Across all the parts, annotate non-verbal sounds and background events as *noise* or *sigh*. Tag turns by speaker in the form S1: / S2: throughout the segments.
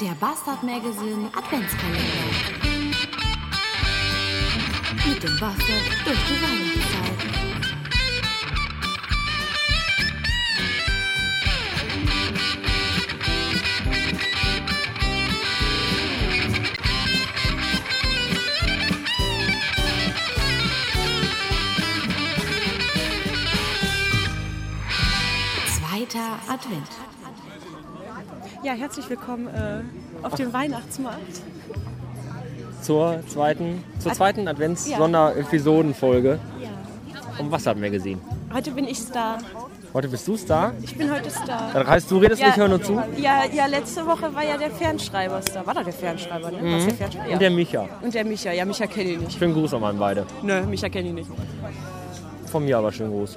S1: Der Bastard Magazine Adventskalender. Mit dem Bastard durch die Weihnachtszeit. Zweiter Advent.
S2: Ja, herzlich willkommen äh, auf dem Weihnachtsmarkt.
S3: zur zweiten, zur zweiten
S2: Ja.
S3: Advents-Sonderepisodenfolge vom Wasser Magazine.
S2: Heute bin ich Star.
S3: Heute bist du Star.
S2: Ich bin heute Star.
S3: Dann reißt du, redest
S2: Ja.
S3: nicht, hör nur zu.
S2: Ja, ja, letzte Woche war ja der Fernschreiber Star. War da der Fernschreiber, ne? War's Der Fernschreiber? Ja.
S3: Mhm. Und der Micha.
S2: Und der Micha. Ja, Micha kenne ich nicht.
S3: Schönen Gruß an beide.
S2: Nö, Micha kenne ich nicht.
S3: Von mir aber schönen Gruß.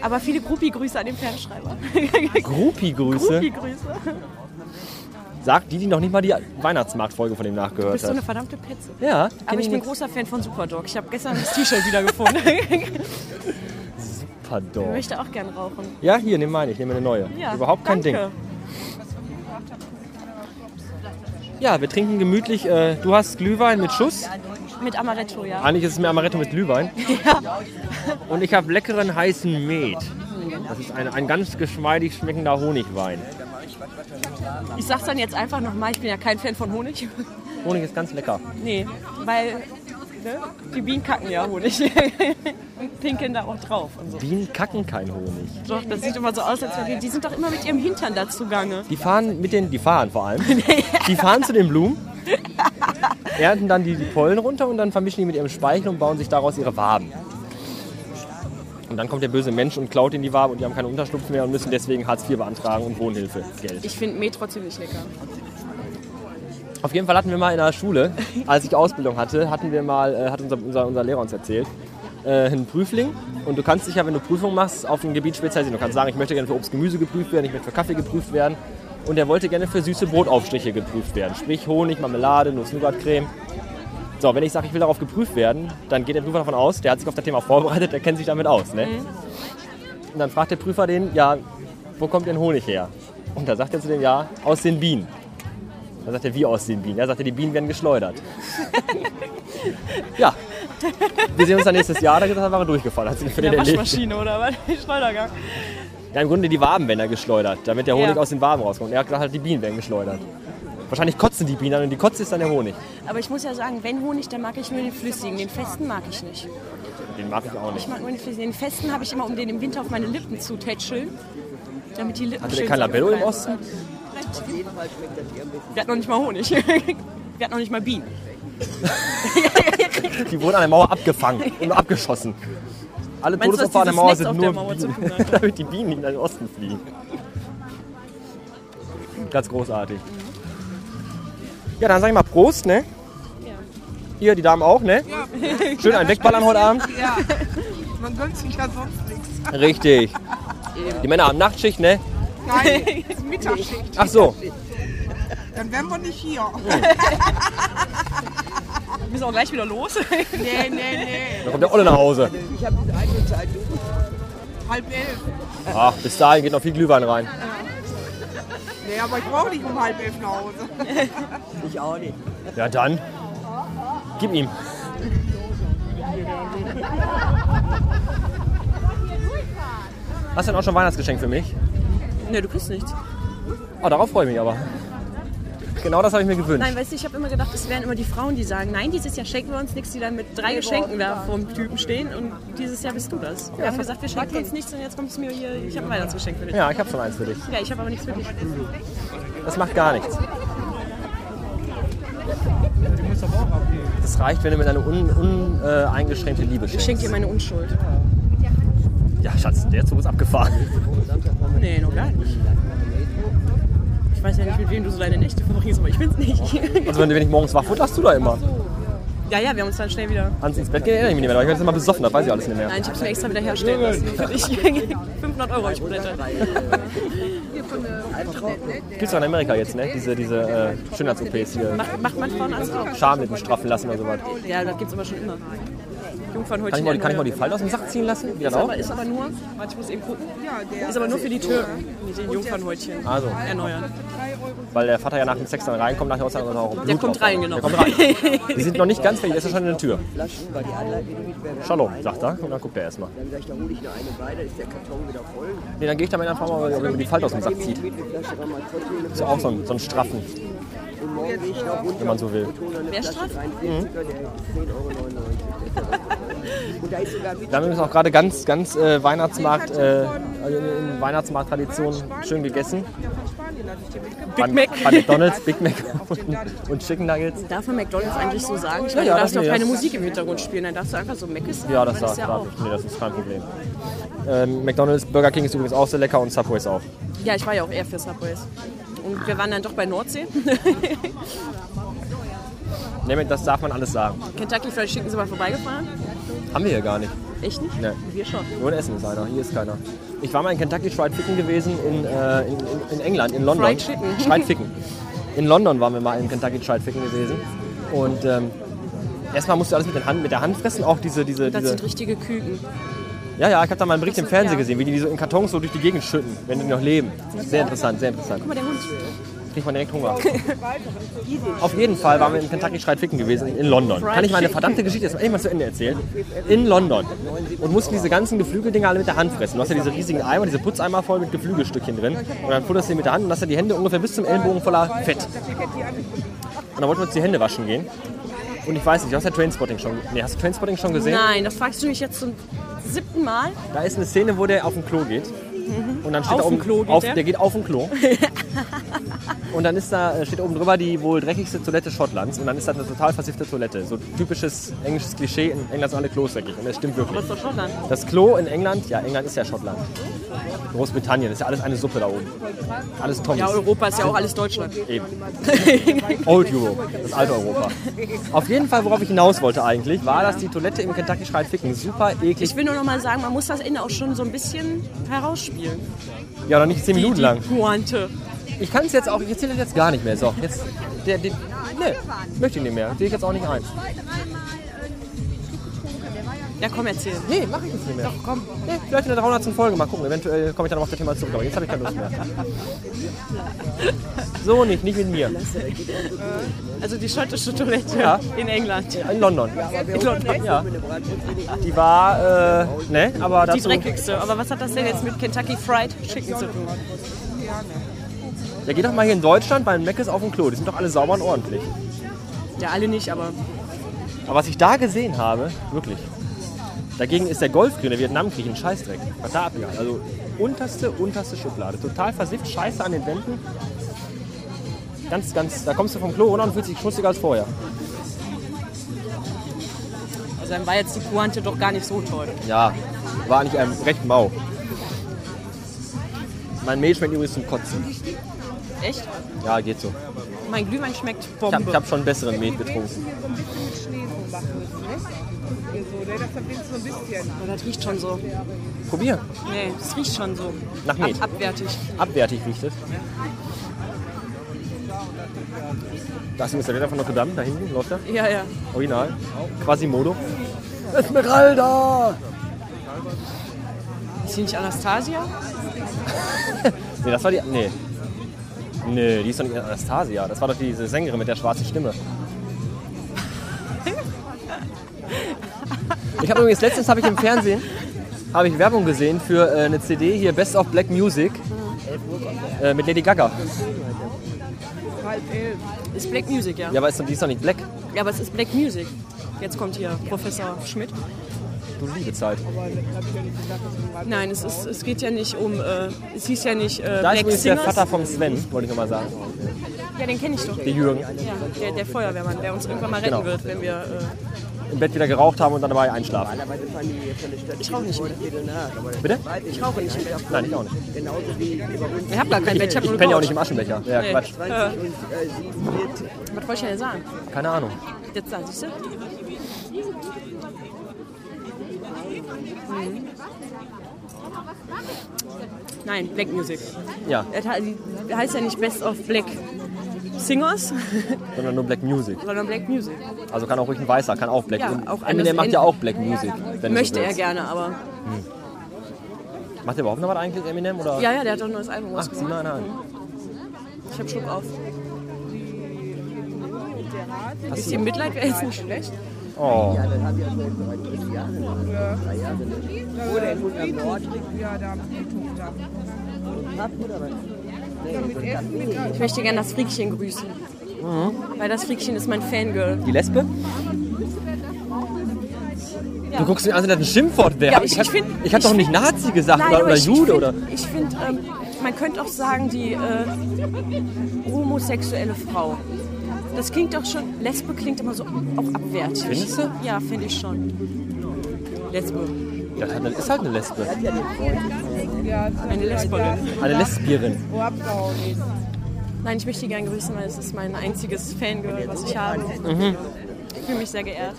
S2: Aber viele Gruppi-Grüße an den Fernschreiber. *laughs*
S3: Gruppi-Grüße.
S2: Gruppi-Grüße.
S3: Sagt die, die noch nicht mal die Weihnachtsmarktfolge von dem nachgehört
S2: Bist du eine
S3: hat.
S2: verdammte Petze.
S3: Ja,
S2: Aber ich bin großer Fan von Superdog. Ich habe
S3: *laughs*
S2: gestern das T-Shirt wiedergefunden. ich
S3: Pardon.
S2: möchte auch gern rauchen.
S3: Ja, hier, nimm meine, ich nehme eine neue.
S2: Ja,
S3: Überhaupt kein
S2: danke.
S3: Ding. Ja, wir trinken gemütlich. Äh, du hast Glühwein mit Schuss.
S2: Mit Amaretto, ja.
S3: Eigentlich ist es mir Amaretto mit Glühwein. Und ich habe leckeren heißen Met. Das ist ein, ein ganz geschmeidig schmeckender Honigwein. Ah.
S2: Ich sag's dann jetzt einfach nochmal, ich bin ja kein Fan von Honig.
S3: Honig ist ganz lecker.
S2: Nee, weil ne, die Bienen kacken ja Honig. Und *laughs* pinkeln da auch drauf und so.
S3: Bienen kacken kein Honig.
S2: Doch, das sieht immer so aus, als wenn die, die sind doch immer mit ihrem Hintern da zugange.
S3: Die fahren mit den, die fahren vor allem. Die fahren zu den Blumen, ernten dann die, die Pollen runter und dann vermischen die mit ihrem Speichel und bauen sich daraus ihre Waben. Und dann kommt der böse Mensch und klaut ihnen die Waben und die haben keinen Unterschlupf mehr und müssen deswegen Hartz IV beantragen und Wohnhilfegeld.
S2: Ich finde Mehl trotzdem nicht lecker.
S3: Auf jeden Fall hatten wir mal in der Schule, als ich Ausbildung hatte, hatten wir mal, äh, hat unser, unser, unser Lehrer uns erzählt, äh, einen Prüfling. Und du kannst dich ja, wenn du Prüfung machst, auf ein Gebiet spezialisieren. Du kannst sagen, ich möchte gerne für Obst, Gemüse geprüft werden, ich möchte für Kaffee geprüft werden. Und er wollte gerne für süße Brotaufstriche geprüft werden. Sprich Honig, Marmelade, Nuss-Nougat-Creme. So, wenn ich sage, ich will darauf geprüft werden, dann geht der Prüfer davon aus, der hat sich auf das Thema vorbereitet, der kennt sich damit aus. Ne? Und dann fragt der Prüfer den, ja, wo kommt denn Honig her? Und da sagt er zu dem, ja, aus den Bienen. Dann sagt er, wie aus den Bienen? Ja, sagt er, die Bienen werden geschleudert. ja. Wir sehen uns dann nächstes Jahr, da ist er aber durchgefallen. Hat sich für
S2: In
S3: den
S2: der
S3: erledigt.
S2: Waschmaschine oder was? *laughs* Der Schleudergang.
S3: Ja, im Grunde die Waben werden da geschleudert, damit der Honig
S2: Ja.
S3: aus den Waben rauskommt. Er hat gesagt, halt, die Bienen werden geschleudert. Wahrscheinlich kotzen die Bienen an und die Kotze ist dann der Honig.
S2: Aber ich muss ja sagen, wenn Honig, dann mag ich nur den flüssigen. Den festen mag ich nicht.
S3: Den mag ich auch nicht.
S2: Ich mag nur den flüssigen. Den festen habe ich immer, um den im Winter auf meine Lippen zu tätscheln. Damit die Lippen
S3: Hatte der
S2: schön
S3: kein Labello im
S2: bleiben.
S3: Osten?
S2: Der hat noch nicht mal Honig. *laughs* Der hat noch nicht mal Bienen.
S3: Die wurden an der Mauer abgefangen und abgeschossen. Alle
S2: Meinst du,
S3: Todesopfer an
S2: dass
S3: der Mauer
S2: dieses
S3: sind
S2: Netz auf der Mauer zu
S3: nur Bienen,
S2: tun hat?
S3: damit *laughs* die Bienen nicht in den Osten fliegen. Ganz großartig. Ja, dann sag ich mal Prost, ne? Ihr, die Damen auch, ne? Schön einen wegballern heute Abend.
S4: Ja, man gönnt sich ja sonst nichts.
S3: Richtig. Die Männer haben Nachtschicht, ne?
S4: Nein, *laughs* es ist Mittagsschicht.
S3: Ach so.
S4: Dann wären wir nicht hier.
S2: Wir müssen auch gleich wieder los. *laughs*
S4: Nee, nee, nee.
S3: Dann kommt der Olle nach Hause.
S4: Halb elf.
S3: Ach, bis dahin geht noch viel Glühwein rein.
S4: Nee, aber ich brauche nicht um halb elf nach Hause.
S3: Ja, dann. Gib ihm. Hast du denn auch schon Weihnachtsgeschenk für mich?
S2: Ne, du kriegst nichts.
S3: Oh, darauf freue ich mich aber. Genau das habe ich mir gewünscht.
S2: Nein, weißt du, ich habe immer gedacht, es wären immer die Frauen, die sagen, nein, dieses Jahr schenken wir uns nichts, die dann mit drei Geschenken da vor dem Typen stehen und dieses Jahr bist du das. Ja, ich habe gesagt, wir schenken uns nichts und jetzt kommst du mir hier, ich habe ein Weihnachtsgeschenk für dich. Ja,
S3: Ja, ich habe schon eins für dich.
S2: ich habe aber nichts für dich.
S3: Das macht gar nichts. Das reicht, wenn du mit einer uneingeschränkten un, äh, eingeschränkten Liebe
S2: Ich schenke
S3: schenkst.
S2: dir meine Unschuld.
S3: Ja, Schatz, der Zug
S2: *laughs*
S3: ist abgefahren.
S2: Nee, noch gar nicht. Ich weiß ja nicht, mit wem du so deine Nächte verbringst, aber ich bin's nicht. *laughs*
S3: Also wenn, wenn ich morgens wach wurde, lachst du da immer.
S2: ja, ja, wir haben uns dann schnell wieder.
S3: Ans ins Bett gehen erinnere ich mich nicht mehr. Aber ich werde jetzt immer besoffen, das weiß ich alles nicht mehr.
S2: Nein, ich habe es mir extra wieder herstellen lassen. Für dich. *laughs* 500 Euro habe ich blättert.
S3: Gibt's doch in Amerika jetzt, ne? Diese, diese äh, Schönheits-OPs hier.
S2: Macht, macht man Frauen als auch.
S3: Schamlippen straffen lassen oder sowas.
S2: Ja, das gibt's aber schon immer. Jungfernhäutchen.
S3: Kann ich mal,
S2: der
S3: kann ich mal die
S2: neue-
S3: Falte aus dem Sack ziehen lassen? Geht
S2: Ist
S3: das auch?
S2: aber, ist aber nur, warte, ich muss eben gucken,
S4: Ja, der
S2: ist aber nur für die Türken, die den Jungfernhäutchen
S3: Also,
S2: erneuern.
S3: weil der Vater ja nach dem Sex dann reinkommt, nach der Hochzeit und auch Blut
S2: Der kommt
S3: drauf.
S2: rein, genau.
S3: Der kommt rein.
S2: *laughs*
S3: Die sind noch nicht ganz fertig, das ist schon eine Tür. Shalom, sagt er. Und dann guckt er erstmal.
S5: Dann sag ich, da hole ich noch eine weiter, ist der Karton wieder voll.
S3: Nee, dann gehe ich da mit einer Frau mal, ob er mir die Falte aus dem Sack zieht.
S5: Mit einer Flasche Ramazzotti und
S3: Ist auch so ein, so ein Straffen,
S5: morgen gehe ich noch runter
S3: wenn man so will.
S5: und hole eine
S2: Wer
S5: Flasche
S2: straft?
S5: 43er, der ist 10,99 ne, Euro. Und da ist sogar mit
S3: Damit ist auch gerade ganz, ganz äh, Weihnachtsmarkt, äh, also in, in Weihnachtsmarkt-Tradition schön gegessen.
S4: Ja, von Spanien hatte ich den mitgebracht.
S3: Big
S2: Mac.
S3: Bei McDonalds, Big Mac *laughs* Oh. und, und Chicken Nuggets.
S2: Darf man McDonalds eigentlich so sagen? Ich meine,
S3: ja,
S2: du darfst
S3: das-
S2: doch
S3: nee,
S2: keine
S3: das-
S2: Musik im Hintergrund spielen, dann darfst du einfach so Meckes sagen.
S3: Ja, das,
S2: Ich
S3: darf,
S2: meine, ja
S3: darf
S2: auch.
S3: ich. Nee, das ist kein Problem. Ähm, McDonalds, Burger King ist übrigens auch sehr lecker und Subway ist auch.
S2: Ja, ich war ja auch eher für Subways. Und wir waren dann doch bei Nordsee. *laughs*
S3: Nee, das darf man alles sagen.
S2: Kentucky Fried Chicken sind wir vorbeigefahren.
S3: Haben wir hier gar nicht.
S2: Echt nicht?
S3: Nee.
S2: Wir schon.
S3: Nur in Essen ist einer, hier ist keiner. Ich war mal in Kentucky Fried Chicken gewesen in, äh, in, in, in England, in London.
S2: Fried Chicken.
S3: *laughs* Fried Chicken. In London waren wir mal in Kentucky Fried Chicken gewesen. Und ähm, erstmal musst du alles mit, den Hand, mit der Hand fressen, auch diese... diese,
S2: Das
S3: diese
S2: sind richtige Küken.
S3: ja, ja, ich habe da mal einen Bericht im
S2: so,
S3: Fernsehen
S2: ja.
S3: gesehen, wie die die so in Kartons so durch die Gegend schütten, wenn die noch leben. Sehr interessant, sehr interessant.
S2: Guck mal, der Hund.
S3: Kriegt man direkt Hunger. Auf jeden Fall waren wir in Kentucky Fried Chicken gewesen, in London. Kann ich meine verdammte Geschichte jetzt irgendwann zu Ende erzählen? In London. Und mussten diese ganzen Geflügeldinger alle mit der Hand fressen. Du hast ja diese riesigen Eimer, diese Putzeimer voll mit Geflügelstückchen drin. Und dann futterst du die mit der Hand und hast ja die Hände ungefähr bis zum Ellenbogen voller Fett. Und dann wollten wir uns die Hände waschen gehen. Und ich weiß nicht, du hast ja Trainspotting schon, nee, hast du Trainspotting schon gesehen?
S2: Nein, das fragst du mich jetzt zum siebten Mal.
S3: Da ist eine Szene, wo der auf den Klo geht. Und dann steht
S2: Mhm. Auf
S3: da oben,
S2: den Klo geht
S3: auf,
S2: der?
S3: der geht auf
S2: *laughs*
S3: den Klo. und dann ist da, äh, steht oben drüber die wohl dreckigste Toilette Schottlands. Und dann ist das eine total versiffte Toilette. So typisches englisches Klischee. In England sind alle Klos dreckig. Und das stimmt wirklich.
S2: Was ist doch Schottland?
S3: Das Klo in England, ja, England ist ja Schottland. Großbritannien, ist ja alles eine Suppe da oben. Alles Tommys.
S2: Ja, Europa ist ja auch alles Deutschland.
S3: Eben. Old Europe, das alte Europa. Auf jeden Fall, worauf ich hinaus wollte eigentlich, war, dass die Toilette im Kentucky Fried Ficken super eklig.
S2: Ich will nur noch mal sagen, man muss das Ende auch schon so ein bisschen herausspielen.
S3: Ja, noch nicht zehn Minuten lang.
S2: Die Pointe.
S3: Ich kann es jetzt auch, ich erzähle das jetzt gar nicht mehr. So, jetzt, der, der, nee, möchte ich nicht mehr. Sehe ich jetzt auch nicht ein.
S2: Ja, komm, erzähl.
S3: Nee, mache ich jetzt nicht mehr. Doch, komm. Nee, vielleicht in der 300. Folge, mal gucken. Eventuell komme ich dann noch auf das Thema zurück, aber jetzt habe ich keine *laughs* Lust mehr. So nicht, nicht mit mir.
S2: Also die schottische Toilette
S3: Ja.
S2: in England.
S3: In London.
S2: In London.
S3: Ja. Die war, äh, ne, aber
S2: Die
S3: dazu...
S2: dreckigste. Aber was hat das denn jetzt mit Kentucky Fried Chicken zu tun?
S3: Ja, geh doch mal hier in Deutschland bei den Meckes auf dem Klo. Die sind doch alle sauber und ordentlich.
S2: Ja, alle nicht, aber
S3: Aber was ich da gesehen habe, wirklich. Dagegen ist der Golfkrieg und der Vietnamkrieg ein Scheißdreck. Was da abgegangen? Also unterste, unterste Schublade. Total versifft, Scheiße an den Wänden. Ganz, ganz, da kommst du vom Klo runter und fühlst dich schmutziger als vorher.
S2: also dann war jetzt die Pointe doch gar nicht so toll.
S3: Ja, war eigentlich ähm, recht mau. Mein Mehl schmeckt übrigens zum Kotzen.
S2: Echt?
S3: Ja, geht so.
S2: Mein Glühwein schmeckt
S3: Ich habe
S2: Bombe.
S3: ich hab schon besseren Mehl getrunken.
S4: ne?
S2: Oh, das riecht schon so.
S3: Probier.
S2: Nee, das riecht schon so.
S3: Nach Met.
S2: Ab, abwertig.
S3: Abwertig riecht es. Das ist der Wetter von Notre Dame, da hinten läuft er.
S2: Ja, ja.
S3: Original. Quasimodo. Esmeralda!
S2: Ist hier nicht Anastasia?
S3: Nee, das war die. Nee. Nee, die ist doch nicht Anastasia. Das war doch diese Sängerin mit der schwarzen Stimme. Ich habe übrigens letztens habe ich im Fernsehen habe ich Werbung gesehen für äh, eine CD hier Best of Black Music äh, mit Lady Gaga.
S2: Ist Black Music, ja.
S3: Ja, aber ist, doch- die ist doch nicht black.
S2: Ja, aber es ist Black Music. Jetzt kommt hier Professor Schmidt.
S3: Du liebe Zeit.
S2: Nein, es, ist, es geht ja nicht um, äh, es hieß ja nicht äh,
S3: Da ist
S2: Black
S3: übrigens der
S2: Singers.
S3: Vater vom Sven, wollte ich nochmal sagen.
S2: Ja, den kenne ich doch.
S3: Der Jürgen.
S2: Ja, der, der Feuerwehrmann, der uns irgendwann mal retten
S3: Genau.
S2: wird, wenn wir... äh,
S3: Im Bett wieder geraucht haben und dann dabei einschlafen.
S5: Normalerweise fahren die mir von der Stadt
S2: rauche nicht
S5: heute Viertel nach. Aber
S3: Bitte?
S5: ich rauche nicht.
S3: Nein, ich auch nicht.
S5: Genauso wie über uns
S2: Äh, ich habe gar kein Bett, ich
S3: Ich
S2: habe nur
S3: penne ja auch nicht
S2: eine
S3: im Aschenbecher. Ja,
S2: Nee.
S3: Quatsch.
S5: 20 und äh, 7 wird.
S2: Couch. Was wollte ich denn sagen?
S3: Keine Ahnung.
S2: Jetzt da, siehst du? Mhm. Nein, Black Music.
S3: Ja,
S2: Das he- heißt ja nicht Best of Black. Singers,
S3: sondern nur Black Music.
S2: sondern Black Music.
S3: Also kann auch ruhig ein Weißer, kann auch Black
S2: Ja,
S3: Und
S2: auch
S3: Eminem
S2: anders-
S3: macht ja auch Black Music. Wenn du
S2: Möchte
S3: so
S2: er
S3: willst.
S2: gerne, aber.
S3: Macht er überhaupt noch was eigentlich, Eminem? Oder?
S2: Ja, ja, der hat doch ein neues Album
S3: Ach, sieh
S2: rausgebracht.
S3: mal einer an.
S2: Ich hab Schluck auf.
S3: Hast
S2: Ist
S3: du-
S2: die Mitleid *laughs* wäre jetzt nicht schlecht.
S3: Oh,
S5: Ja, das haben wir so in drei, vier Jahren. Drei Jahre. ne? Oder in Unterm Nord.
S4: Ja, da am Friedhof da.
S5: Haft oder was? also
S4: Mit Essen, mit
S2: Ich möchte gerne das Friekchen grüßen. Weil das Friekchen ist mein Fangirl.
S3: die Lesbe? Du guckst mich an, als wenn das ein Schimpfwort wäre.
S2: Ja,
S3: ich
S2: ich-
S3: hab-
S2: ich find-
S3: ich hab
S2: ich
S3: doch nicht
S2: find-
S3: Nazi gesagt
S2: Nein,
S3: oder,
S2: aber
S3: oder
S2: ich-
S3: Jude
S2: ich
S3: oder.
S2: find- Ich finde, ähm, man könnte auch sagen, die äh, homosexuelle Frau. Das klingt doch schon, Lesbe klingt immer so auch abwertig.
S3: Findest du?
S2: Ja, finde ich schon. Lesbe.
S3: Ja, das ist halt eine Lesbe.
S2: Eine Lesberin.
S3: Eine Lesbierin.
S4: Wo abgehauen ist.
S2: Nein, ich möchte die gerne grüßen, weil es ist mein einziges Fangirl, was ich habe.
S3: Mhm.
S2: Ich fühle mich sehr geehrt.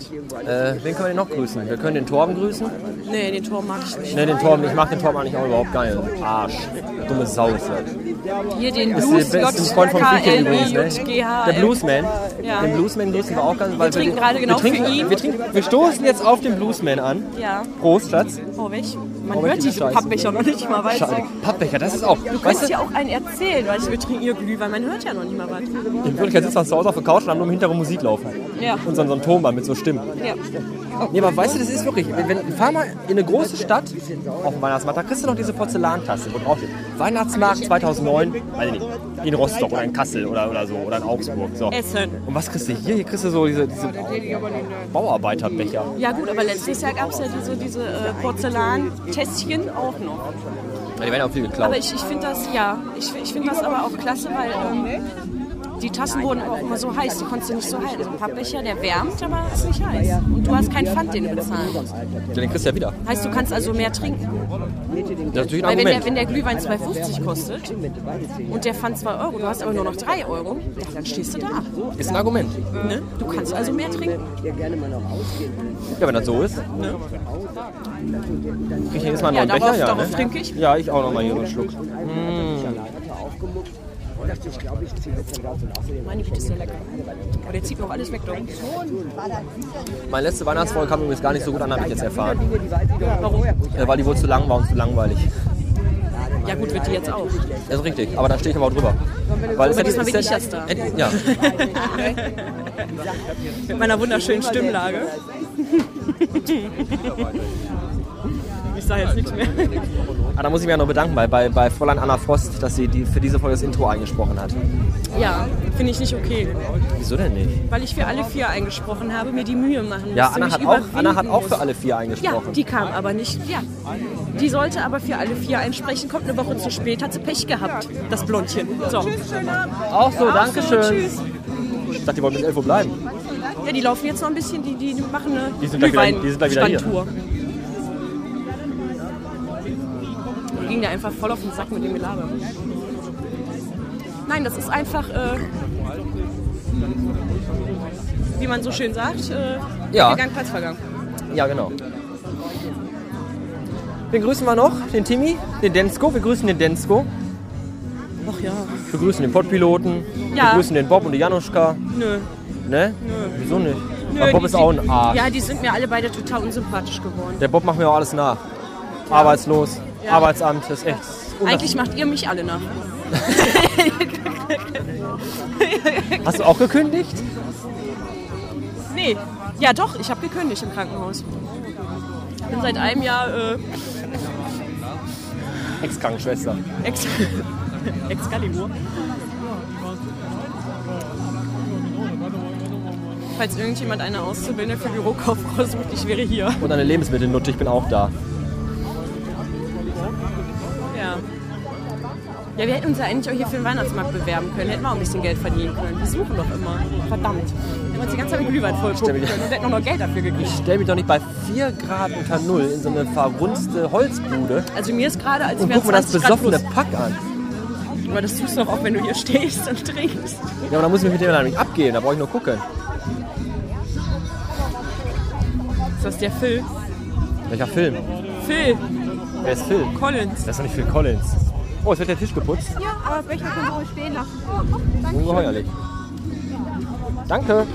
S3: Äh, wen können wir denn noch grüßen? Wir können den Torben grüßen.
S2: Nee, den Tor mag ich nicht.
S3: Ne, den Torben, ich mag den Torben eigentlich auch überhaupt geil. Arsch. Dumme Sau ist er.
S2: Hier den
S3: Ist
S2: Blues,
S3: der beste Freund von Freakin übrigens, ne? Der Bluesman.
S2: Ja.
S3: Den Bluesman grüßen wir auch ganz weil
S2: trinken
S3: den-
S2: gerade genau
S3: wir trinken,
S2: für ihn.
S3: Wir, trinken, wir stoßen jetzt auf den Bluesman an.
S2: Ja,
S3: Prost, Schatz.
S2: oh, welch. Man
S3: Oh, welche
S2: hört diese
S3: Scheiße.
S2: Pappbecher noch nicht mal
S3: Schade.
S2: weiter.
S3: Pappbecher, das ist auch.
S2: Du kannst ja auch einen erzählen, weil wir trinken ihr Glühwein, man hört ja noch nicht mal was.
S3: in Wirklichkeit sitzen wir zu Hause auf der Couch und haben nur im Hintergrund Musik laufen.
S2: Ja.
S3: Und so so ein Tonband mit so Stimmen.
S2: Ja.
S3: Nee, aber weißt du, das ist wirklich, wenn, wenn fahr mal in eine große Stadt auf dem Weihnachtsmarkt, da kriegst du noch diese Porzellantasse, wo drauf steht, Weihnachtsmarkt 2009, weiß ich nicht, in Rostock oder in Kassel oder, oder so, oder in Augsburg. So.
S2: Essen.
S3: Und was kriegst du hier? Hier kriegst du so diese, diese Bauarbeiterbecher.
S2: Ja gut, aber letztes Jahr gab es ja diese, diese äh, Porzellan-Tässchen auch noch.
S3: Ja, Die werden auch viel geklaut.
S2: Aber ich, ich finde das, ja, ich, ich finde das aber auch klasse, weil ähm, die Tassen wurden aber auch immer so heiß, die konntest du nicht so heiß. Also ein Pappbecher, der wärmt, aber ist nicht heiß. Und du hast keinen Pfand, den du bezahlen.
S3: Ja, den kriegst du ja wieder.
S2: Heißt, du kannst also mehr trinken.
S3: Das ist natürlich ein
S2: Weil wenn der,
S3: Argument.
S2: wenn der Glühwein 2,50 kostet und der Pfand 2 Euro, du hast aber nur noch 3 Euro, ja, dann stehst du da.
S3: Ist ein Argument.
S2: Ne? Du kannst also mehr trinken.
S5: Ja, gerne mal noch ausgehen.
S3: Ja, wenn das so ist. Ne? Krieg ich jedes Mal
S2: Ja,
S3: einen neuen
S2: darauf,
S3: Becher? Ja,
S2: darauf
S3: ne?
S2: trinke ich.
S3: ja, ich auch nochmal hier so einen Schluck.
S5: Hat er aufgemuckt. Und dachte, ich glaube, ich ziehe jetzt dann raus und außerdem.
S2: Meine Güte, ist der lecker. Aber der zieht noch alles weg, doch.
S3: Meine letzte Weihnachtsfolge kam übrigens gar nicht so gut an, habe ich jetzt erfahren.
S5: Die war die doch vorher.
S3: Äh, Weil die wohl zu lang war und zu langweilig.
S2: Ja gut, wird die jetzt auch.
S3: Das ist richtig, aber da stehe ich aber auch drüber. Weil es
S2: Aber diesmal
S3: es
S2: bin ich jetzt da.
S3: Hätte- Ja,
S2: Mit meiner wunderschönen Stimmlage. *laughs* Ich sage jetzt nichts mehr.
S3: ah, da muss ich mich ja noch bedanken bei, bei, bei Fräulein Anna Frost, dass sie die, für diese Folge das Intro eingesprochen hat.
S2: Ja, finde ich nicht okay.
S3: Wieso denn nicht?
S2: Weil ich für alle vier eingesprochen habe, mir die Mühe machen musste.
S3: Ja, Anna
S2: mich
S3: hat, auch, Anna hat
S2: überwinden
S3: auch für
S2: musste.
S3: alle vier
S2: Ja,
S3: eingesprochen.
S2: die kam aber nicht. Ja. Die sollte aber für alle vier einsprechen, kommt eine Woche zu spät, hat sie Pech gehabt, das Blondchen. So.
S3: auch so, danke schön.
S2: Tschüss.
S3: Ich dachte, die wollten bis 11 Uhr bleiben.
S2: Ja, die laufen jetzt noch ein bisschen, die, die machen eine
S3: Die sind gleich wieder- die sind gleich wieder hier.
S2: Glühwein-Standtour. Die ging da einfach voll auf den Sack mit dem Gelaber. Nein, das ist einfach, äh, wie man so schön sagt, äh,
S3: Ja.
S2: Gegangen, Platz vergangen.
S3: Ja, genau. Wen grüßen wir noch? Den Timmy, den Densko. Wir grüßen den Densko.
S2: Ach ja.
S3: Wir grüßen den Podpiloten. Wir
S2: Ja.
S3: grüßen den Bob und die Januschka.
S2: Nö.
S3: Ne? Wieso nicht?
S2: Nö,
S3: Aber Bob
S2: die
S3: ist auch
S2: sind-
S3: ein Arsch.
S2: Ja, die sind mir alle beide total unsympathisch geworden.
S3: Der Bob macht mir auch alles nach. Arbeitslos, Arbeitsamt, Oh, das ist echt.
S2: Eigentlich macht ihr mich alle nach.
S3: Hast du auch gekündigt?
S2: Nee, ja doch, ich habe gekündigt im Krankenhaus. Bin seit einem Jahr äh,
S3: Ex-Krankenschwester.
S2: Ex *laughs* Excalibur. Falls irgendjemand eine Auszubildende für Bürokauffrau sucht, ich wäre hier.
S3: Und eine Lebensmittelnutte, ich bin auch da.
S2: Ja. Ja, wir hätten uns ja eigentlich auch hier für den Weihnachtsmarkt bewerben können. Hätten wir auch ein bisschen Geld verdienen können. Wir suchen doch immer. Verdammt. Wir haben uns die ganze Zeit mit Glühwein vollpumpen
S3: Stimmt.
S2: können und hätten auch noch Geld dafür gekriegt.
S3: Stell mich doch nicht bei 4 Grad unter Null in so eine verrunzte Holzbude
S2: Also mir ist gerade, als
S3: und
S2: wäre
S3: guck mal das
S2: 20 Grad
S3: besoffene
S2: plus.
S3: Pack an.
S2: Aber das tust du doch auch, wenn du hier stehst und trinkst.
S3: Ja, aber da muss ich mich mit dem dann nicht abgehen, da brauche ich nur gucken.
S2: Ist das der Phil?
S3: Welcher Film?
S2: Phil
S3: Wer ist Phil?
S2: Collins.
S3: Das ist doch nicht Phil Collins. Oh, jetzt wird der Tisch geputzt.
S4: Ja, aber Becher können wir ruhig stehen lassen.
S3: Ungeheuerlich. Danke.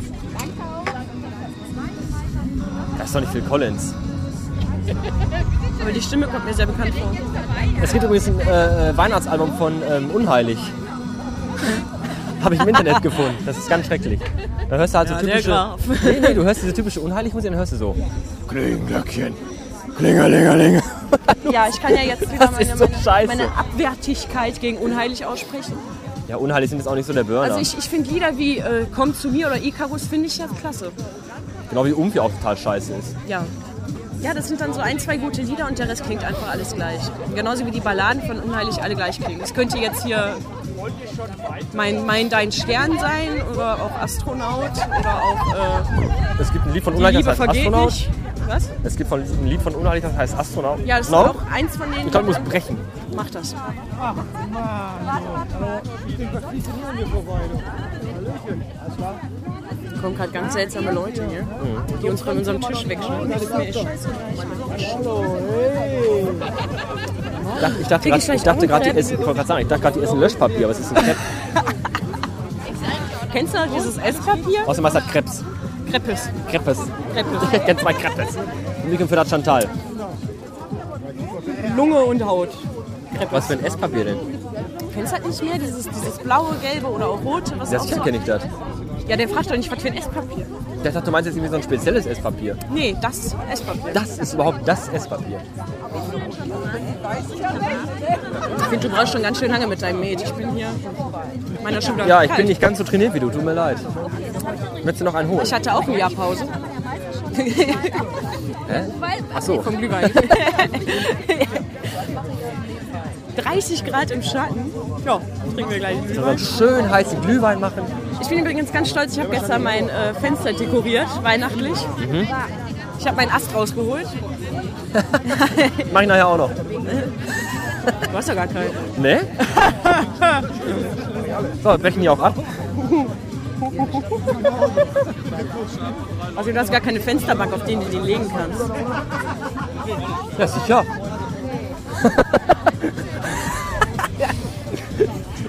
S3: Das ist doch nicht Phil Collins.
S2: Aber die Stimme kommt mir sehr bekannt vor.
S3: Es gibt übrigens ein äh, Weihnachtsalbum von ähm, Unheilig. *laughs* Habe ich im Internet gefunden. Das ist ganz schrecklich. Da hörst du halt so
S2: der
S3: typische.
S2: Graf.
S3: Nee, nee, du hörst diese typische Unheilig-Musik und dann hörst du so. Klingelglöckchen. Klingelingelinge.
S2: Ja, ich kann ja jetzt *laughs* wieder
S3: Das
S2: meine,
S3: ist so scheiße.
S2: meine, meine Abwertigkeit gegen unheilig aussprechen.
S3: Ja, Unheilig sind jetzt auch nicht so der Burner.
S2: Also ich, ich finde Lieder wie äh, Komm zu mir oder Icarus finde ich ja klasse.
S3: genau wie Umfi auch total scheiße ist.
S2: Ja. Ja, das sind dann so ein, zwei gute Lieder und der Rest klingt einfach alles gleich. Genauso wie die Balladen von Unheilig alle gleich klingen. Das könnte jetzt hier mein, mein Dein Stern sein oder auch Astronaut oder auch äh,
S3: Es gibt ein Lied von
S2: Die
S3: Unheilig,
S2: Liebe
S3: das heißt
S2: vergeht
S3: Astronaut.
S2: nicht. Was?
S3: Es gibt von, ein Lied von Unheilig, das heißt Astronaut.
S2: Ja, das ist
S3: Laut?
S2: auch eins von denen.
S3: Ich glaube, ich muss brechen.
S2: Mach das. Da kommen gerade ganz seltsame Leute hier, die uns von unserem Tisch wegschneiden. Das ist mir echt scheißegal.
S3: Ich dachte, ich dachte
S2: Krieg ich
S3: gerade, ich
S2: vielleicht
S3: dachte gerade, die
S2: Augenbrei?
S3: essen, ich wollte gerade sagen, ich dachte gerade, die essen Löschpapier, aber es ist ein Crepe.
S2: Kennst du noch dieses Esspapier?
S3: Außerdem heißt das Krebs.
S2: Kreppes.
S3: Kreppes. Kreppes. Ich kenne zwei Kreppes. Mikro für das Chantal.
S2: Lunge und Haut.
S3: Was für ein Esspapier denn?
S2: Kennst du halt nicht mehr dieses, dieses blaue, gelbe oder auch rote? Was
S3: Das
S2: auch
S3: kenne ich das.
S2: Ja, der fragt doch nicht, was für ein Esspapier.
S3: Ich dachte, du meinst jetzt irgendwie so ein spezielles Esspapier.
S2: Nee, das Esspapier.
S3: Das ist überhaupt das Esspapier.
S2: Ich finde, du brauchst schon ganz schön lange mit deinem Met. Ich bin hier meiner Schule.
S3: Ja, ich bin nicht ganz so trainiert wie du, tut mir leid. Möchtest du noch einen holen?
S2: Ich hatte auch ein Jahr Pause.
S3: Ach so.
S2: Vom Glühwein. 30 Grad im Schatten. Ja, trinken wir gleich. einen
S3: Sollen wir
S2: Glühwein.
S3: einen schönen heißen Glühwein machen?
S2: Ich bin übrigens ganz stolz. Ich habe gestern mein äh, Fenster dekoriert, weihnachtlich. Ich habe meinen Ast rausgeholt.
S3: Mach ich nachher auch noch.
S2: Du hast ja gar keinen. *laughs*
S3: Ne? so, wir brechen hier auch ab.
S2: Also du hast gar keine Fensterbank, auf denen du den legen kannst. *laughs*
S3: Ja, sicher.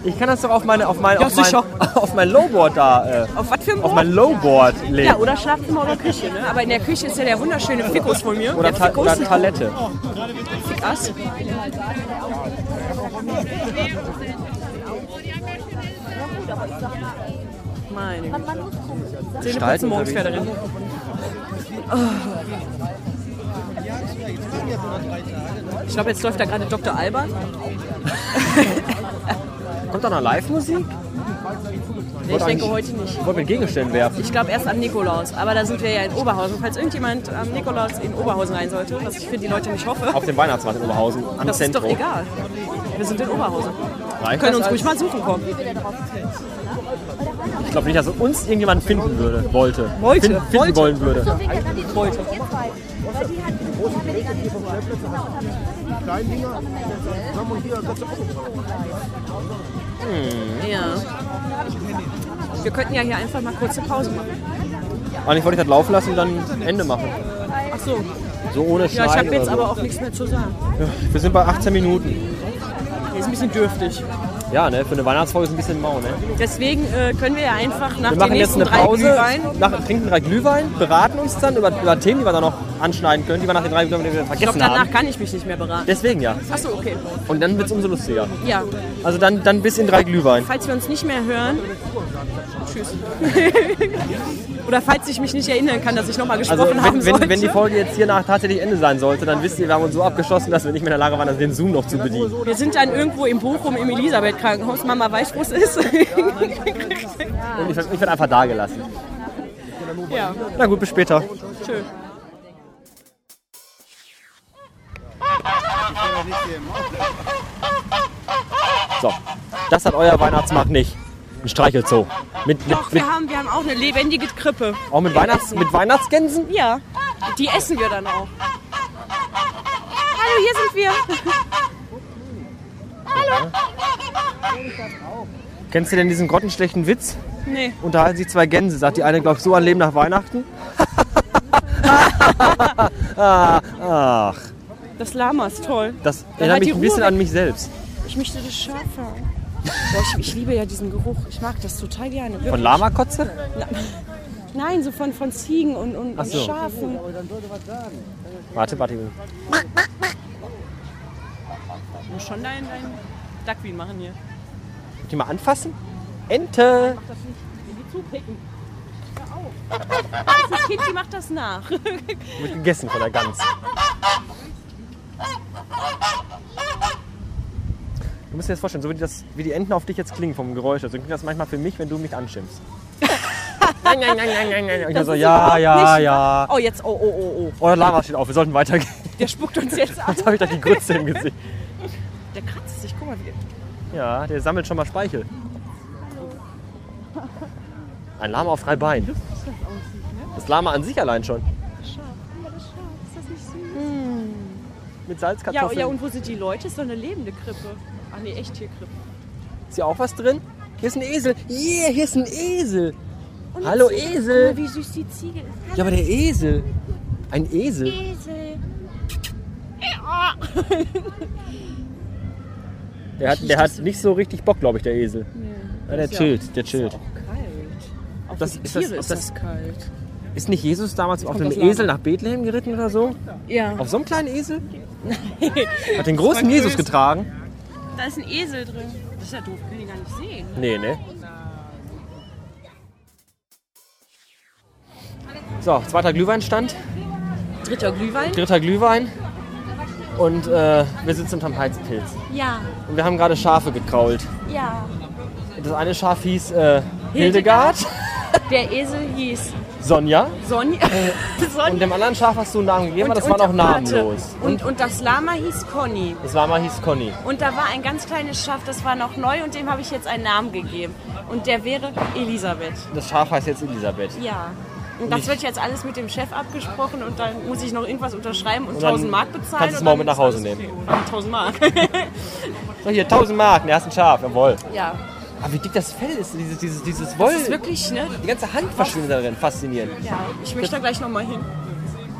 S3: ich kann das doch auf, meine, auf, mein,
S2: Ja,
S3: auf, mein,
S2: sicher.
S3: *laughs* auf mein Lowboard da, äh,
S2: Auf was für ein
S3: auf
S2: Boot?
S3: mein Lowboard legen.
S2: Ja, oder Schlafzimmer oder Küche. Ne? Aber in der Küche ist ja der wunderschöne Fikus von mir.
S3: Oder,
S2: der
S3: Ta oder Palette.
S2: Oh, Fikas. Meine Güte. Zähneputzen morgens Pferderennen. Ich glaube, jetzt läuft da gerade Dr. Alban.
S3: Kommt da noch Live-Musik?
S2: Nee, ich denke heute nicht.
S3: Ich wollte mit Gegenständen werfen.
S2: Ich glaube erst am Nikolaus. Aber da sind wir ja in Oberhausen. Falls irgendjemand am Nikolaus in Oberhausen rein sollte, was ich für die Leute nicht hoffe,
S3: Auf dem Weihnachtsmarkt in Oberhausen, am
S2: das ist doch
S3: Zentrum.
S2: egal. Wir sind in Oberhausen.
S3: Reicht
S2: können
S3: das
S2: uns
S3: als-
S2: ruhig mal suchen kommen.
S3: Ich glaube nicht, dass uns irgendjemand finden würde, wollte.
S2: Wollte,
S3: Fin finden
S2: wollte.
S3: wollen würde.
S2: Heute. Ja. Wir könnten ja hier einfach mal kurze Pause machen.
S3: Eigentlich wollte Ah, ich das laufen lassen und dann Ende machen.
S2: Ach so.
S3: So ohne
S2: Ja,
S3: Schneiden
S2: ich habe jetzt
S3: oder so.
S2: aber auch nichts mehr zu sagen.
S3: Wir sind bei 18 Minuten.
S2: Der ist ein bisschen dürftig.
S3: Ja, ne, für eine Weihnachtsfolge ist ein bisschen mau, ne?
S2: Deswegen äh, können wir ja einfach nach
S3: Wir
S2: den
S3: machen jetzt
S2: nächsten
S3: eine
S2: drei
S3: Pause,
S2: Glühwein
S3: nach, trinken drei Glühwein, beraten uns dann über, über Themen, die wir dann noch anschneiden können, die wir nach den drei Glühwein wieder
S2: Ich glaube,
S3: vergessen
S2: danach
S3: haben.
S2: kann ich mich nicht mehr beraten.
S3: Deswegen ja.
S2: Achso, okay.
S3: Und dann wird es umso lustiger.
S2: Ja,
S3: Also dann, dann bis in drei Glühwein.
S2: falls wir uns nicht mehr hören. Tschüss. *laughs* Oder falls ich mich nicht erinnern kann, dass ich nochmal
S3: Also
S2: gesprochen haben
S3: wenn,
S2: sollte.
S3: wenn, wenn die Folge jetzt hier nach tatsächlich Ende sein sollte, dann wisst ihr, wir haben uns so abgeschossen, dass wir nicht mehr in der Lage waren, den Zoom noch zu bedienen.
S2: wir sind dann irgendwo in Bochum im Elisabeth-Krankenhaus. Mama weiß, wo es *laughs* ist.
S3: Und ich, werd- ich werde einfach da gelassen.
S2: ja,
S3: Na gut, bis später.
S2: tschüss.
S3: So, das hat euer Weihnachtsmarkt nicht. Ein Streichelzoo. Mit, mit,
S2: Doch,
S3: mit,
S2: wir haben, wir haben auch eine lebendige Krippe.
S3: auch mit, Weihnachts-, mit Weihnachtsgänsen?
S2: Ja, die essen wir dann auch. Hallo, hier sind wir.
S3: Kennst du denn diesen grottenschlechten Witz?
S2: Nee,
S3: unterhalten sich zwei Gänse. Sagt die eine, glaubt so an Leben nach Weihnachten? Ach,
S2: das Lama ist toll.
S3: das
S2: hat
S3: erinnert mich
S2: die
S3: ein bisschen
S2: Ruhe
S3: an mich selbst.
S2: Ich möchte das Schafe. Boah, ich, ich liebe ja diesen Geruch. Ich mag das total gerne. Wirklich.
S3: Von Lamakotze?
S2: Nein, so von, von Ziegen und, und,
S3: Ach so.
S2: und Schafen.
S3: Warte, warte.
S2: Du musst schon dein, dein Duckweed machen hier.
S3: Die mal anfassen? Ente!
S2: Das Kind, die macht das nach.
S3: Wird gegessen von der Gans. Du musst dir das vorstellen, so wie, das, wie die Enten auf dich jetzt klingen vom Geräusch. her, So klingt das manchmal für mich, wenn du mich
S2: *laughs*
S3: anschimpfst. Nein, nein, nein, nein, nein, nein. Ich bin so, Also, ja, ja, ja.
S2: Oh, jetzt, oh, oh, oh,
S3: Oh, der Lama steht auf, wir sollten weitergehen. *laughs*
S2: oh. Der spuckt uns jetzt an.
S3: Jetzt habe ich da die Grütze im Gesicht.
S2: Der kratzt sich, guck mal. Wie,
S3: Ja, der sammelt schon mal Speichel. Ein Lama auf drei Beinen. Das Lama an sich allein schon. Hm. Mit
S2: ja,
S3: Salzkartoffeln.
S2: ja, und wo sind die Leute? Ist doch eine lebende Krippe. Ach nee, echt hier Krippe.
S3: Ist hier auch was drin? Hier ist ein Esel. Yeah, hier ist ein Esel. Hallo Esel.
S6: Wie süß die Ziege ist.
S3: Ja, aber der Esel. Ein Esel.
S6: Esel.
S3: *laughs* Der hat, der hat nicht so richtig Bock, glaube ich, der Esel. Ja, der chillt, der chillt.
S2: Auch
S3: Das-
S2: für die
S3: ist das-
S2: Tiere
S3: ob
S2: ist das, kalt.
S3: Ist nicht Jesus damals auf
S2: kommt
S3: einem
S2: das Lama.
S3: Esel nach Bethlehem geritten oder so?
S2: Ja.
S3: Auf so einem kleinen Esel? Hat den großen Jesus getragen?
S2: Da ist ein Esel drin. Das ist ja doof, können die gar nicht sehen.
S3: Nee, ne? So, zweiter Glühweinstand,
S2: Dritter Glühwein.
S3: dritter Glühwein. Und äh, wir sitzen unterm Heizpilz.
S6: Ja,
S3: Und wir haben gerade Schafe gekrault.
S6: ja.
S3: Das eine Schaf hieß äh, Hildegard,
S2: Der Esel hieß
S3: Sonja.
S2: Sonja.
S3: Äh,
S2: *laughs*
S3: Und
S2: Sonja.
S3: dem anderen Schaf hast du einen Namen gegeben, aber das war noch namenlos.
S2: Und, und das Lama hieß Conny.
S3: Das Lama hieß Conny.
S2: Und da war ein ganz kleines Schaf, das war noch neu und dem habe ich jetzt einen Namen gegeben. Und der wäre Elisabeth.
S3: Das Schaf heißt jetzt Elisabeth.
S2: Ja. Und das wird jetzt alles mit dem Chef abgesprochen und dann muss ich noch irgendwas unterschreiben und,
S3: dann
S2: 1000 Mark bezahlen.
S3: kannst du es
S2: und dann
S3: morgen mit nach
S2: ist
S3: Hause
S2: alles
S3: nehmen.
S2: okay. Ah, 1000 Mark. *laughs*
S3: So, hier, 1000 Mark, der hast ein Schaf, jawohl.
S2: ja.
S3: Aber wie dick das Fell ist, dieses, dieses, dieses Woll.
S2: Das ist wirklich, ne?
S3: die ganze Hand verschwindet darin, faszinierend.
S2: Ja. Ich möchte da gleich nochmal hin.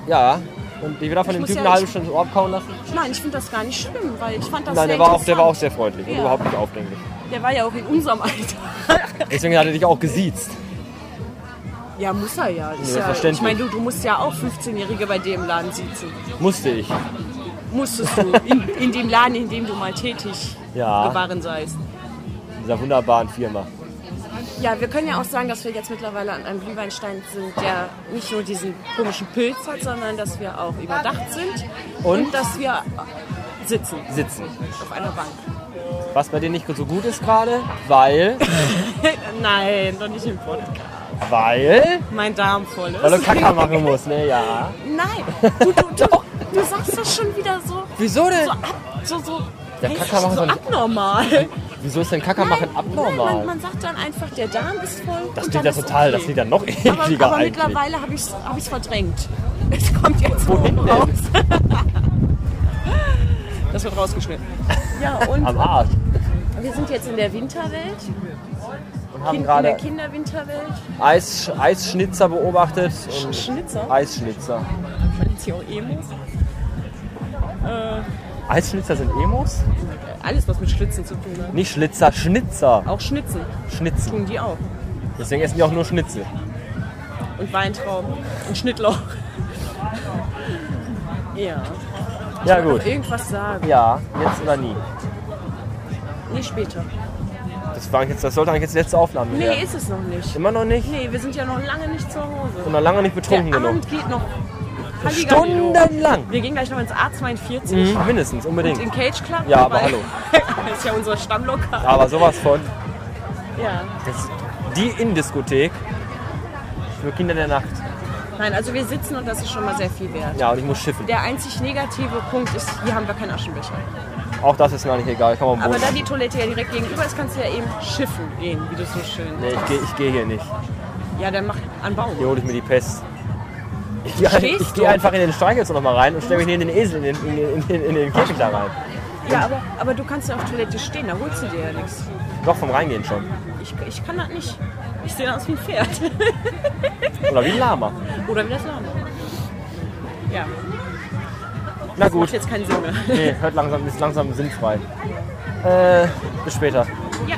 S3: Ja, und die wieder von dem
S2: muss
S3: Typen
S2: ja
S3: eine halbe
S2: nicht-
S3: Stunde abkauen lassen.
S2: Nein, ich finde das gar nicht schlimm, weil ich fand das
S3: Nein,
S2: sehr
S3: der war, auch, der
S2: interessant.
S3: war auch sehr freundlich und
S2: Ja.
S3: überhaupt nicht aufdringlich.
S2: Der war ja auch in unserem Alter. *laughs*
S3: Deswegen hat er dich auch gesiezt.
S2: ja, muss er ja. Ist ja
S3: verständlich.
S2: ich meine, du, du musst ja auch 15-Jährige bei dem Laden sitzen.
S3: Musste ich.
S2: Musstest du. In, in dem Laden, in dem du mal tätig
S3: Ja.
S2: geworden seist.
S3: In dieser wunderbaren Firma.
S2: Ja, wir können ja auch sagen, dass wir jetzt mittlerweile an einem Glühweinstein sind, der nicht nur diesen komischen Pilz hat, sondern dass wir auch überdacht sind
S3: Und?
S2: dass wir sitzen
S3: Sitzen.
S2: auf einer Bank.
S3: Was bei dir nicht so gut ist gerade, weil.
S2: *laughs* Nein, doch nicht im Podcast.
S3: Weil.
S2: Mein Darm voll ist.
S3: Weil du Kaka machen musst, ne? Ja.
S2: Nein,
S3: *laughs*
S2: du, du, du, du sagst das schon wieder so,
S3: Wieso denn?
S2: so, ab, so, so,
S3: Ja,
S2: weiß
S3: Kaka
S2: ich,
S3: machen
S2: so
S3: soll nicht-
S2: abnormal.
S3: Wieso ist denn Kaka machen
S2: Nein,
S3: abnormal?
S2: man, man sagt dann einfach, der Darm ist voll.
S3: das
S2: und
S3: klingt
S2: dann
S3: ja
S2: ist
S3: total,
S2: okay.
S3: das klingt ja noch
S2: Aber,
S3: ekliger
S2: aber
S3: eigentlich.
S2: mittlerweile habe ich es hab ich's verdrängt. *laughs* Es kommt jetzt Wohin raus. Das wird rausgeschnitten. Ja, und
S3: Am Arsch.
S2: wir sind jetzt in der Winterwelt,
S3: Und haben
S2: in, in der
S3: gerade
S2: Kinderwinterwelt.
S3: Eis, Eisschnitzer beobachtet. Und
S2: Schnitzer,
S3: Eisschnitzer.
S2: jetzt hier auch Emos.
S3: Eisschnitzer sind Emos?
S2: Alles, was mit Schlitzen zu tun hat.
S3: Nicht Schlitzer, Schnitzer.
S2: Auch Schnitzen
S3: Schnitzen.
S2: tun die auch.
S3: Deswegen essen die auch nur Schnitzel.
S2: Und Weintrauben und Schnittlauch. *laughs* ja,
S3: Ja, gut.
S2: irgendwas sagen.
S3: Ja, jetzt oder nie.
S2: Nee, später.
S3: Das, war jetzt, das sollte eigentlich jetzt die letzte Aufnahme
S2: Nee,
S3: werden.
S2: ist es noch nicht.
S3: Immer noch nicht?
S2: Nee, wir sind ja noch lange nicht zu Hause.
S3: Und noch lange nicht betrunken
S2: Der
S3: genug.
S2: Abend geht noch. Halligalli.
S3: Stundenlang.
S2: Wir gehen gleich noch ins A42
S3: Mindestens,
S2: und
S3: unbedingt.
S2: in Cage Club.
S3: Mhm. Ja, aber
S2: weil-
S3: hallo.
S2: *laughs* das ist ja unser Stammlokal.
S3: Aber sowas von.
S2: Ja.
S3: Das ist die Innendiskothek für Kinder der Nacht.
S2: Nein, also wir sitzen und das ist schon mal sehr viel wert.
S3: Ja, und ich muss schiffen.
S2: Der einzig negative Punkt ist, hier haben wir keinen Aschenbecher.
S3: Auch das ist mir nicht egal. Kann man am
S2: Aber
S3: Boden.
S2: da die Toilette ja direkt gegenüber ist, kannst du ja eben schiffen gehen, wie du so schön.
S3: Nee, ich gehe ich geh hier nicht.
S2: Ja, dann mach an Baum.
S3: Hier hole ich mir die Pest. Ich gehe ein,
S2: Stehst
S3: ich
S2: du?
S3: geh einfach in den Stein jetzt noch mal rein und stelle mich neben den Esel in den, in den, in den, in den Käfig da rein.
S2: Ja, aber, aber du kannst ja auf Toilette stehen, da holst du dir ja nichts.
S3: Doch, vom Reingehen schon.
S2: Ich, ich kann das nicht. Ich sehe aus wie ein Pferd.
S3: Oder wie ein Lama.
S2: Oder wie das Name. Ja.
S3: Na
S2: Das
S3: gut.
S2: macht jetzt keinen Sinn mehr.
S3: Nee, hört langsam, ist langsam sinnfrei. Äh, bis später.
S2: Ja.